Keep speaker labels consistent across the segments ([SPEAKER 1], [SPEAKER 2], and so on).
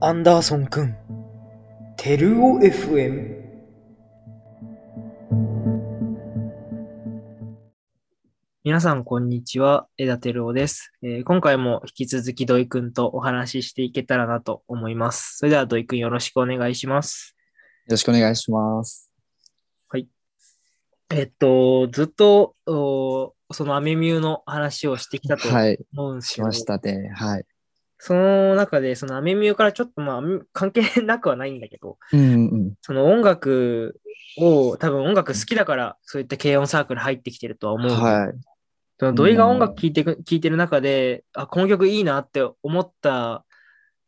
[SPEAKER 1] アンダーソンくん。テルオ FM。
[SPEAKER 2] 皆さん、こんにちは。枝照夫です、えー今回も引き続き土井くんとお話ししていけたらなと思います。それでは土井くんよろしくお願いします。
[SPEAKER 3] よろしくお願いします。
[SPEAKER 2] えっと、ずっと、おそのアメミューの話をしてきたと
[SPEAKER 3] はい、
[SPEAKER 2] 思うんです
[SPEAKER 3] し
[SPEAKER 2] けど、
[SPEAKER 3] ましたね。はい。
[SPEAKER 2] その中で、そのアメミューからちょっとまあ、関係なくはないんだけど、
[SPEAKER 3] うんうん。
[SPEAKER 2] その音楽を、多分音楽好きだから、そういった軽音サークル入ってきてるとは思うんだけど
[SPEAKER 3] はい。
[SPEAKER 2] その土井が音楽聴いてく、聴いてる中で、あ、この曲いいなって思った、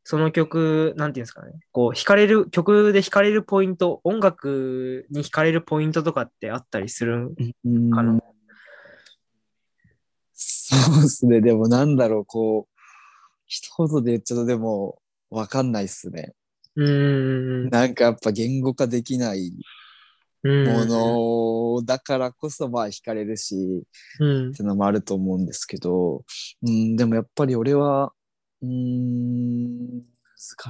[SPEAKER 2] その曲、なんていうんですかね、こう、惹かれる、曲で惹かれるポイント、音楽に惹かれるポイントとかってあったりする
[SPEAKER 3] うん
[SPEAKER 2] かな。
[SPEAKER 3] そうですね。でもなんだろう、こう、一言で言っちゃうとでも、わかんないっすね。
[SPEAKER 2] うーん。
[SPEAKER 3] なんかやっぱ言語化できないも
[SPEAKER 2] も
[SPEAKER 3] のだからこそ、まあ惹かれるし、
[SPEAKER 2] うん
[SPEAKER 3] っ。てのもあると思うんですけど、うん、でもやっぱり俺は、うん、難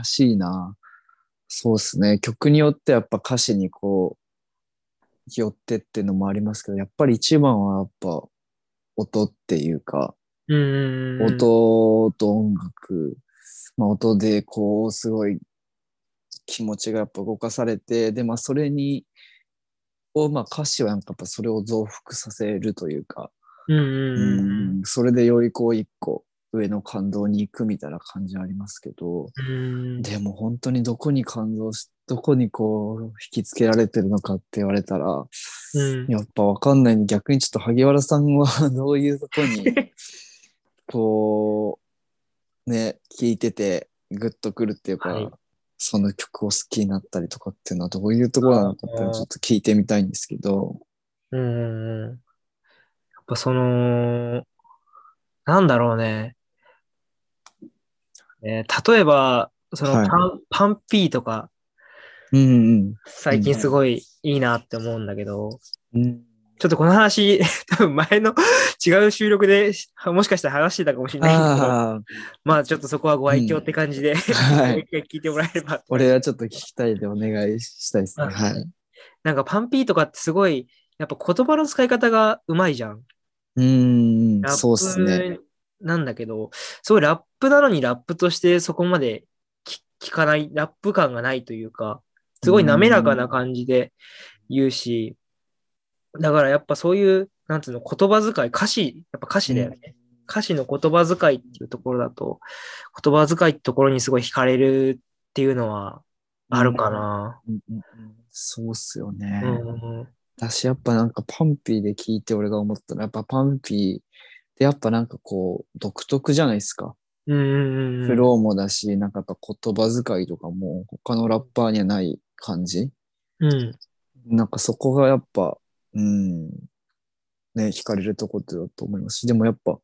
[SPEAKER 3] しいな。そうですね。曲によってはやっぱ歌詞にこう、寄ってってのもありますけど、やっぱり一番はやっぱ音っていうか、
[SPEAKER 2] うん。
[SPEAKER 3] 音と音楽、まあ、音でこうすごい気持ちがやっぱ動かされてでまあそれにをまあ歌詞はなんかやっぱそれを増幅させるというか、
[SPEAKER 2] うん
[SPEAKER 3] う
[SPEAKER 2] うん
[SPEAKER 3] んそれでよりこう一個上の感動に行くみたいな感じはありますけど、
[SPEAKER 2] うん。
[SPEAKER 3] でも本当にどこに感動しどこにこう引きつけられてるのかって言われたら、
[SPEAKER 2] うん
[SPEAKER 3] やっぱわかんないんで逆にちょっと萩原さんはどういうとこにこうね聞いててグッとくるっていうか、
[SPEAKER 2] はい
[SPEAKER 3] その曲を好きになったりとかっていうのはどういうところなのかっていうのをちょっと聞いてみたいんですけど。
[SPEAKER 2] うん。やっぱその、なんだろうね。えー例えば、そのパ
[SPEAKER 3] はい
[SPEAKER 2] ン、パンピーとか、
[SPEAKER 3] うん
[SPEAKER 2] 最近すごいいいなって思うんだけど、
[SPEAKER 3] うん。うん
[SPEAKER 2] ちょっとこの話、 多分前の違う収録でしもしかしたら話してたかもしれないんだけど、
[SPEAKER 3] ああ、
[SPEAKER 2] まあちょっとそこはご愛嬌って感じで、
[SPEAKER 3] は
[SPEAKER 2] もう
[SPEAKER 3] い。
[SPEAKER 2] 一回聞いてもらえれば。
[SPEAKER 3] 俺はちょっと聞きたいでお願いしたいですね。
[SPEAKER 2] あ
[SPEAKER 3] はい。
[SPEAKER 2] なんかパンピーとかってすごい、やっぱ言葉の使い方がうまいじゃん。
[SPEAKER 3] うーん、
[SPEAKER 2] ラ
[SPEAKER 3] そうっすね。
[SPEAKER 2] ップなんだけど、すごいラップなのにラップとしてそこまで聞聞かない、ラップ感がないというか、すごい滑らかな感じで言うし、だからやっぱそういう、なんつうの、言葉遣い、歌詞、やっぱ歌詞だよね。歌詞の言葉遣いっていうところだと、言葉遣いってところにすごい惹かれるっていうのはあるかな。
[SPEAKER 3] うんうんうんそうっすよね。
[SPEAKER 2] うん。
[SPEAKER 3] 私やっぱなんかパンピーで聞いて俺が思ったのはやっぱパンピーってやっぱなんかこう独特じゃないですか。
[SPEAKER 2] うんうんうん。
[SPEAKER 3] フローもだし、なんかやっぱ言葉遣いとかも他のラッパーにはない感じ。
[SPEAKER 2] うん。
[SPEAKER 3] なんかそこがやっぱ、うん、ね、惹かれるところだと思いますし、でもやっぱ、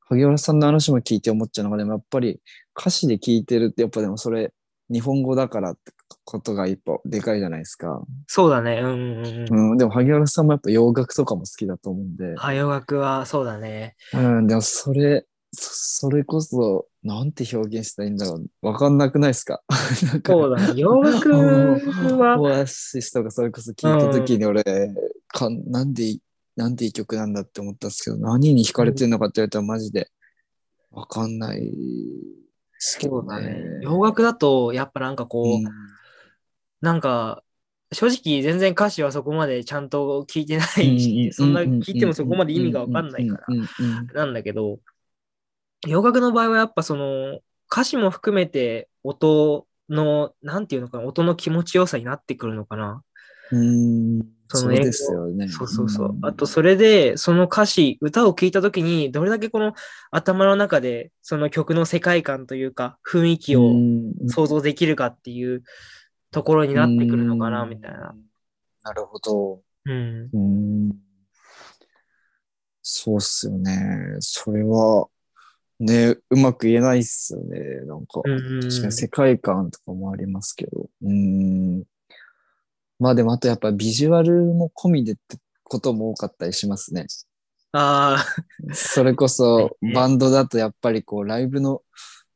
[SPEAKER 3] 萩原さんの話も聞いて思っちゃうのが、でもやっぱり歌詞で聞いてるって、やっぱでもそれ、日本語だからってことが一歩でかいじゃないですか。
[SPEAKER 2] そうだね。うんうんうん。
[SPEAKER 3] うん、でも萩原さんもやっぱ洋楽とかも好きだと思うんで、
[SPEAKER 2] あ、洋楽はそうだね。
[SPEAKER 3] うん、でもそれ、そそれこそ、なんて表現したらいいんだろう。わかんなくないですか なんか
[SPEAKER 2] そうだね。洋楽は、
[SPEAKER 3] オアシスとかそれこそ聞いた時に俺、かんなんでいい、なんでいい曲なんだって思ったんですけど、何に惹かれてるのかって言われたらマジでわかんないですけ
[SPEAKER 2] そ
[SPEAKER 3] ど
[SPEAKER 2] うだ
[SPEAKER 3] ね
[SPEAKER 2] ね。。洋楽だと、やっぱなんかこう、
[SPEAKER 3] うん
[SPEAKER 2] なんか、正直全然歌詞はそこまでちゃんと聞いてな
[SPEAKER 3] う
[SPEAKER 2] い
[SPEAKER 3] ん
[SPEAKER 2] し、そんな聞いてもそこまで意味がわかんないから
[SPEAKER 3] う。んうんうん
[SPEAKER 2] なんだけど、洋楽の場合はやっぱその歌詞も含めて音の、なんていうのかな、音の気持ちよさになってくるのかな。
[SPEAKER 3] うん。
[SPEAKER 2] そ
[SPEAKER 3] そ
[SPEAKER 2] の
[SPEAKER 3] う
[SPEAKER 2] 英語
[SPEAKER 3] ですよね。
[SPEAKER 2] そうそうそう。
[SPEAKER 3] ん
[SPEAKER 2] あとそれで、その歌詞、歌を聴いたときに、どれだけこの頭の中でその曲の世界観というか、雰囲気を
[SPEAKER 3] うん
[SPEAKER 2] 想像できるかっていうところになってくるのかな、みたいな。。
[SPEAKER 3] なるほど。
[SPEAKER 2] うん。
[SPEAKER 3] うーんそうっすよね。それは、ね、うまく言えないっすよね。なんか、
[SPEAKER 2] うん
[SPEAKER 3] 確かに世界観とかもありますけど。うーん。まあでも、あとやっぱビジュアルも込みでってことも多かったりしますね。
[SPEAKER 2] ああ、
[SPEAKER 3] それこそ
[SPEAKER 2] はい、
[SPEAKER 3] バンドだとやっぱりこう、ライブの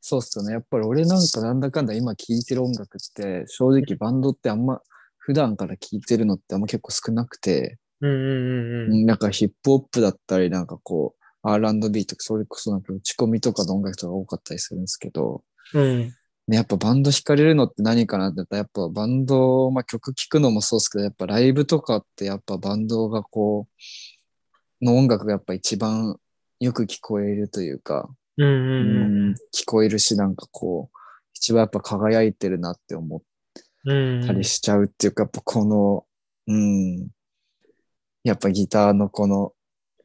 [SPEAKER 3] そうっすよね。やっぱり俺なんかなんだかんだ今聴いてる音楽って、正直バンドってあんま、普段から聴いてるのってあんま結構少なくて、
[SPEAKER 2] うんうんうんうん。
[SPEAKER 3] なんかヒップホップだったり、なんかこう、R&B とか、それこそなんか打ち込みとかの音楽とか多かったりするんですけど、
[SPEAKER 2] うん。
[SPEAKER 3] ね、やっぱバンド惹かれるのって何かなって言ったら、やっぱバンド、まあ曲聴くのもそうですけど、やっぱライブとかってやっぱバンドがこう、の音楽がやっぱ一番よく聞こえるというか、
[SPEAKER 2] うん
[SPEAKER 3] う
[SPEAKER 2] うん
[SPEAKER 3] ん聞こえるし、なんかこう、一番やっぱ輝いてるなって思っ
[SPEAKER 2] うん。
[SPEAKER 3] たりしちゃうっていうか、やっぱこの、うん、やっぱギターのこの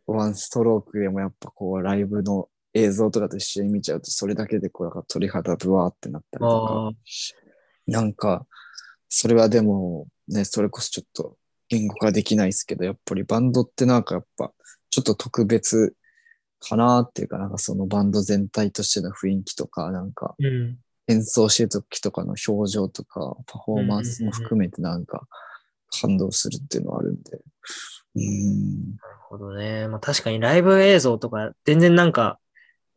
[SPEAKER 3] ワンストロークでもやっぱこうライブの映像とかと一緒に見ちゃうと、それだけでこうなんか鳥肌ブワーってなったりとか。
[SPEAKER 2] ああ。
[SPEAKER 3] なんか、それはでも、ね、それこそちょっと言語化できないですけど、やっぱりバンドってなんかやっぱ、ちょっと特別かなっていうか、なんかそのバンド全体としての雰囲気とか、なんか
[SPEAKER 2] うん。
[SPEAKER 3] 演奏してる時とかの表情とか、パフォーマンスも含めてなんか感動するっていうのはあるんで。う
[SPEAKER 2] な
[SPEAKER 3] ん。
[SPEAKER 2] るほどね。まあ確かにライブ映像とか、全然なんか、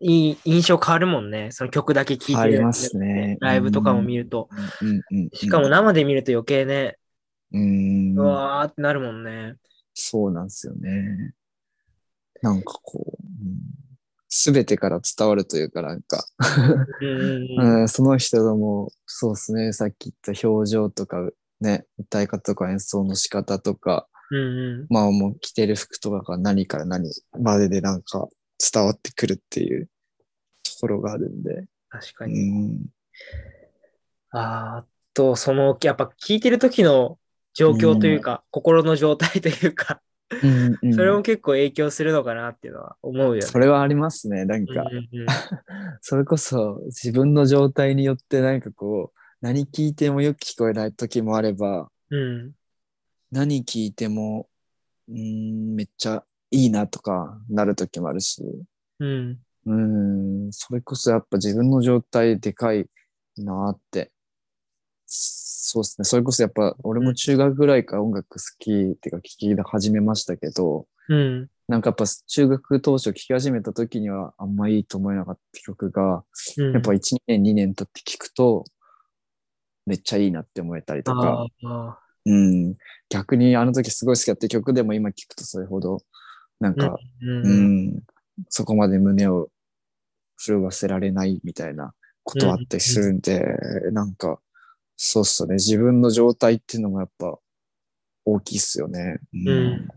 [SPEAKER 2] いい印象変わるもんね。その曲だけ聴い
[SPEAKER 3] あ
[SPEAKER 2] て
[SPEAKER 3] り
[SPEAKER 2] る。
[SPEAKER 3] ますね。
[SPEAKER 2] ライブとかも見ると。
[SPEAKER 3] うん。うんうんうん
[SPEAKER 2] しかも生で見ると余計ね、
[SPEAKER 3] うん
[SPEAKER 2] うわーってなるもんね。
[SPEAKER 3] そうなんですよね。なんかこう、す、べ、てから伝わるというか、なんか、
[SPEAKER 2] うんうん
[SPEAKER 3] う
[SPEAKER 2] うん
[SPEAKER 3] んその人のも、そうですね、さっき言った表情とか、ね、歌い方とか演奏の仕方とか、
[SPEAKER 2] うんうん
[SPEAKER 3] まあもう着てる服とかが何から何まででなんか伝わってくるっていうところがあるんで、
[SPEAKER 2] 確か
[SPEAKER 3] う
[SPEAKER 2] に。
[SPEAKER 3] ん、
[SPEAKER 2] あーあと、その、やっぱ聴いてる時の状況というか、心の状態というか、
[SPEAKER 3] うんうん
[SPEAKER 2] それも結構影響するのかなっていうのは思うよね
[SPEAKER 3] そ。れはありますね、なんか、
[SPEAKER 2] うんうんうん
[SPEAKER 3] それこそ自分の状態によってなんかこう、何聞いてもよく聞こえない時もあれば、
[SPEAKER 2] うん。
[SPEAKER 3] 何聞いても、うーん、めっちゃいいなとかなる時もあるし、
[SPEAKER 2] うん。
[SPEAKER 3] うーん、それこそやっぱ自分の状態でかいなって。そうですね。それこそやっぱ俺も中学ぐらいから音楽好きっていうか聴き始めましたけど、
[SPEAKER 2] うん。
[SPEAKER 3] なんかやっぱ中学当初聴き始めた時にはあんまいいと思えなかった曲が、
[SPEAKER 2] うん
[SPEAKER 3] やっぱ1年2年経って聴くと、めっちゃいいなって思えたりとか、
[SPEAKER 2] あーあ
[SPEAKER 3] うん、逆にあの時すごい好きだった曲でも今聴くとそれほど、なん
[SPEAKER 2] ー、
[SPEAKER 3] か、
[SPEAKER 2] うん
[SPEAKER 3] う、
[SPEAKER 2] うんん。
[SPEAKER 3] そこまで胸を震わせられないみたいなことあったりするんで、なんか、そうっすね、自分の状態っていうのもやっぱ大きいっすよね。
[SPEAKER 2] うん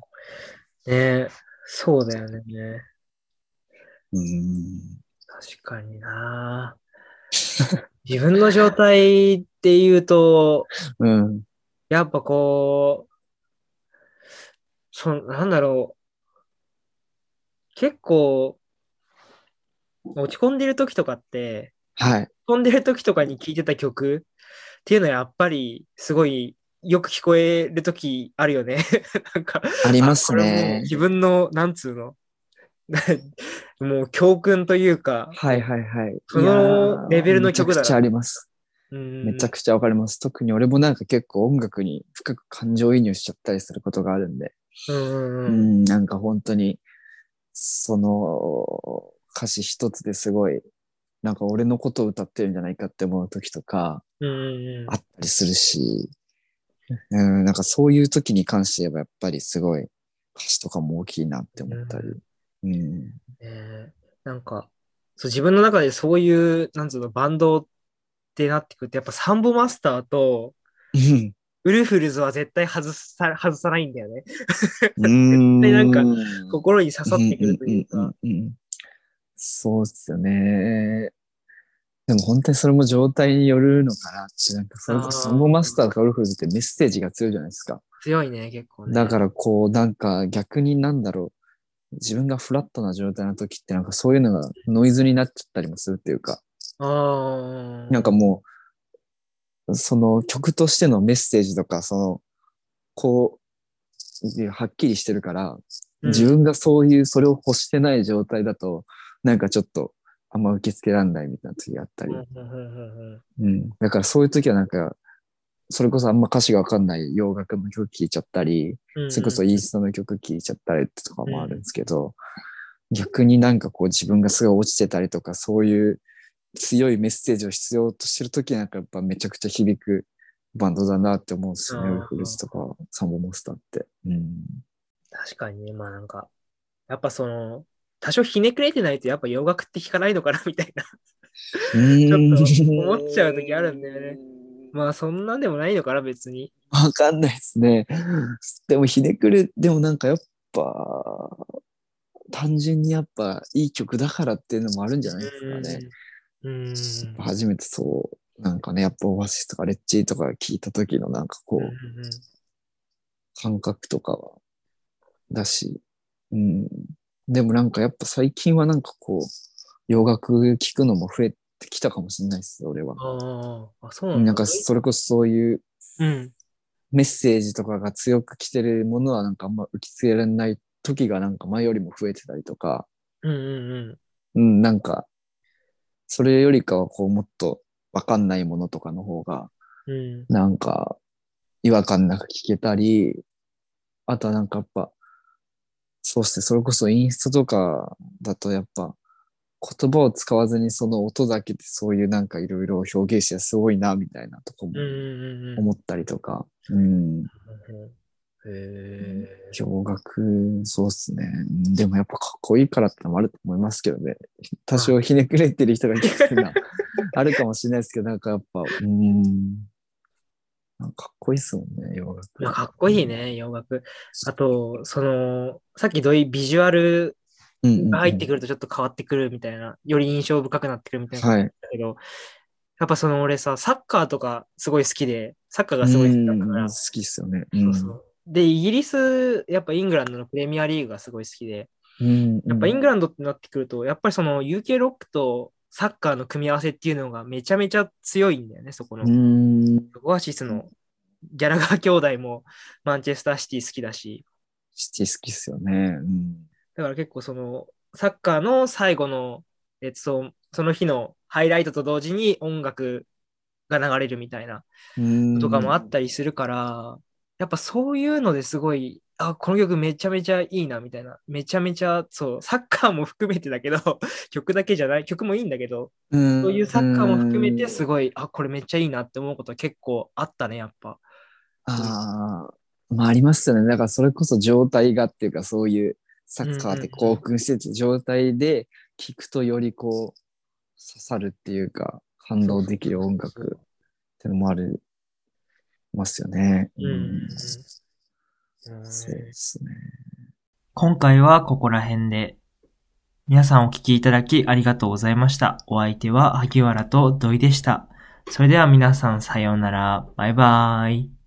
[SPEAKER 2] ねそうだよね。
[SPEAKER 3] うん
[SPEAKER 2] 確かに な自分の状態っていうと、
[SPEAKER 3] うん。
[SPEAKER 2] やっぱこう、そなんだろう。結構、落ち込んでる時とかって、
[SPEAKER 3] はい。
[SPEAKER 2] 落ち込んでる時とかに聴いてた曲っていうのはやっぱりすごいよく聞こえる時あるよね。 なんか、
[SPEAKER 3] あります
[SPEAKER 2] あこれもう
[SPEAKER 3] ね。
[SPEAKER 2] 自分の、なんつうの、 もう教訓というか、
[SPEAKER 3] はいはいはい。
[SPEAKER 2] そのレベルの曲だ
[SPEAKER 3] いやーめちゃくちゃあります。
[SPEAKER 2] め
[SPEAKER 3] めちゃくちゃわかります。特に俺もなんか結構音楽に深く感情移入しちゃったりすることがあるんで。
[SPEAKER 2] ちゃ、うんう
[SPEAKER 3] うん
[SPEAKER 2] うん
[SPEAKER 3] ん、なんか本当に、その歌詞一つですごい、なんか俺のことを歌ってるんじゃないかって思う時とか
[SPEAKER 2] うんうん
[SPEAKER 3] あったりするし、うん、なんかそういう時に関して言えばやっぱりすごい歌詞とかも大きいなって思ったり。うん。
[SPEAKER 2] ねなんかそう、自分の中でそういう、なんつうの、バンドってなってくると、やっぱサンボマスターと、
[SPEAKER 3] うん。
[SPEAKER 2] ウルフルズは絶対外さ外さないんだよね。
[SPEAKER 3] うん
[SPEAKER 2] なんか心に刺さってくるという
[SPEAKER 3] うんうん
[SPEAKER 2] か。
[SPEAKER 3] うんうんうんそうっすよね。でも本当にそれも状態によるのかなって、なんかそれこそ
[SPEAKER 2] あー
[SPEAKER 3] サンボマスターとかウルフルズってメッセージが強いじゃないですか。
[SPEAKER 2] 強いね、結構ね。
[SPEAKER 3] だからこう、なんか逆になんだろう。自分がフラットな状態の時ってなんかそういうのがノイズになっちゃったりもするっていうか、
[SPEAKER 2] あー
[SPEAKER 3] なんかもう、その曲としてのメッセージとか、その、こう、はっきりしてるから、
[SPEAKER 2] うん
[SPEAKER 3] 自分がそういう、それを欲してない状態だと、なんかちょっと、あんま受け付けられないみたいな時があったり。
[SPEAKER 2] うんうんうんうんうん
[SPEAKER 3] うん。だからそういう時はなんか、それこそあんま歌詞がわかんない洋楽の曲聴いちゃったり、
[SPEAKER 2] うんうん
[SPEAKER 3] それこそインスタの曲聴いちゃったりとかもあるんですけど、逆になんかこう自分がすごい落ちてたりとか、そういう強いメッセージを必要としてる時なんかやっぱめちゃくちゃ響くバンドだなって思うんですよね。
[SPEAKER 2] あ
[SPEAKER 3] ウ
[SPEAKER 2] ー
[SPEAKER 3] ルフルズとかサンボモスターって。うん。
[SPEAKER 2] 確かにね、まあなんか、やっぱその、多少ひねくれてないとやっぱ洋楽って弾かないのかなみたいな。
[SPEAKER 3] ち
[SPEAKER 2] ちょっと思っちゃう時あるんだよね。まあそんなんでもないのかな、別に。
[SPEAKER 3] わかんないですね。でもひねくれ、でもなんかやっぱ、単純にやっぱいい曲だからっていうのもあるんじゃないですかね。
[SPEAKER 2] うん。うん。
[SPEAKER 3] 初めてそう、なんかね、やっぱオアシスとかレッチーとか聞いた時のなんかこ
[SPEAKER 2] うん
[SPEAKER 3] う、感覚とかは、だし、うん。でもなんかやっぱ最近はなんかこう、洋楽聴くのも増えてきたかもしれないです、俺は。
[SPEAKER 2] ああ、あそうなんだ。
[SPEAKER 3] なんかそれこそそういう
[SPEAKER 2] うん。
[SPEAKER 3] メッセージとかが強く来てるものはなんかあんま受け付けられない時がなんか前よりも増えてたりとか、
[SPEAKER 2] うんうんうん。
[SPEAKER 3] うん、なんか、それよりかはこうもっとわかんないものとかの方が、
[SPEAKER 2] うん。
[SPEAKER 3] なんか違和感なく聞けたり、あとはなんかやっぱ、そうしてそれこそインストとかだとやっぱ言葉を使わずにその音だけでそういうなんかいろいろ表現してすごいなみたいなとこも
[SPEAKER 2] うんうんうんうん。
[SPEAKER 3] 思ったりとか、うん、
[SPEAKER 2] うんうんへえ。
[SPEAKER 3] 驚愕、そうっすね。うんでもやっぱかっこいいからってのもあると思いますけどね。多少ひねくれてる人がいくのは あるかもしれないですけど、なんかやっぱ、うん。なんかかっこいいっすもんね、洋楽。
[SPEAKER 2] まあ、かっこいい。ね、洋楽。あと、その、さっきどういうビジュアル
[SPEAKER 3] うんうんうん、
[SPEAKER 2] が入ってくるとちょっと変わってくるみたいな、より印象深くなってくるみたいな。
[SPEAKER 3] はい。
[SPEAKER 2] だけど、やっぱその俺さ、サッカーとかすごい好きで、サッカーがすごい好きだったか
[SPEAKER 3] うん
[SPEAKER 2] ら、
[SPEAKER 3] 好きっすよね。
[SPEAKER 2] そうそう。で、イギリス、やっぱイングランドのプレミアリーグがすごい好きで、
[SPEAKER 3] うん。
[SPEAKER 2] やっぱイング
[SPEAKER 3] ラ
[SPEAKER 2] ランドってなってくると、やっぱりその UK ロックとサッカーの組み合わせっていうのがめちゃめちゃ強いんだよね、そこの。
[SPEAKER 3] うん。
[SPEAKER 2] オアシスのギャラガー兄弟もマンチェスターシティ好きだし、
[SPEAKER 3] シティ好きっすよね。うん。
[SPEAKER 2] だから結構そのサッカーの最後の、えっと、そうその日のハイライトと同時に音楽が流れるみたいな
[SPEAKER 3] うん
[SPEAKER 2] とかもあったりするから、やっぱそういうのですごい、あ、この曲めちゃめちゃいいなみたいな、めちゃめちゃ、そう、サッカーも含めてだけど、 曲だけじゃない、曲もいいんだけど、
[SPEAKER 3] うん
[SPEAKER 2] そういうサッカーも含めてすごい、あ、これめっちゃいいなって思うこと結構あったね、やっぱ。
[SPEAKER 3] ああ、まあありますよね。だからそれこそ状態がっていうかそういうサッカーっ
[SPEAKER 2] うんうんう
[SPEAKER 3] て
[SPEAKER 2] ん
[SPEAKER 3] 興奮してて状態で聞くとよりこう刺さるっていうか感動できる音
[SPEAKER 2] そうそう
[SPEAKER 3] 楽ってのもありますよね。
[SPEAKER 2] うんうんうん。
[SPEAKER 3] そうですね。
[SPEAKER 2] 今回はここら辺で。皆さんお聞きいただきありがとうございました。お相手は萩原と土井でした。それでは皆さんさようなら。バイバイ。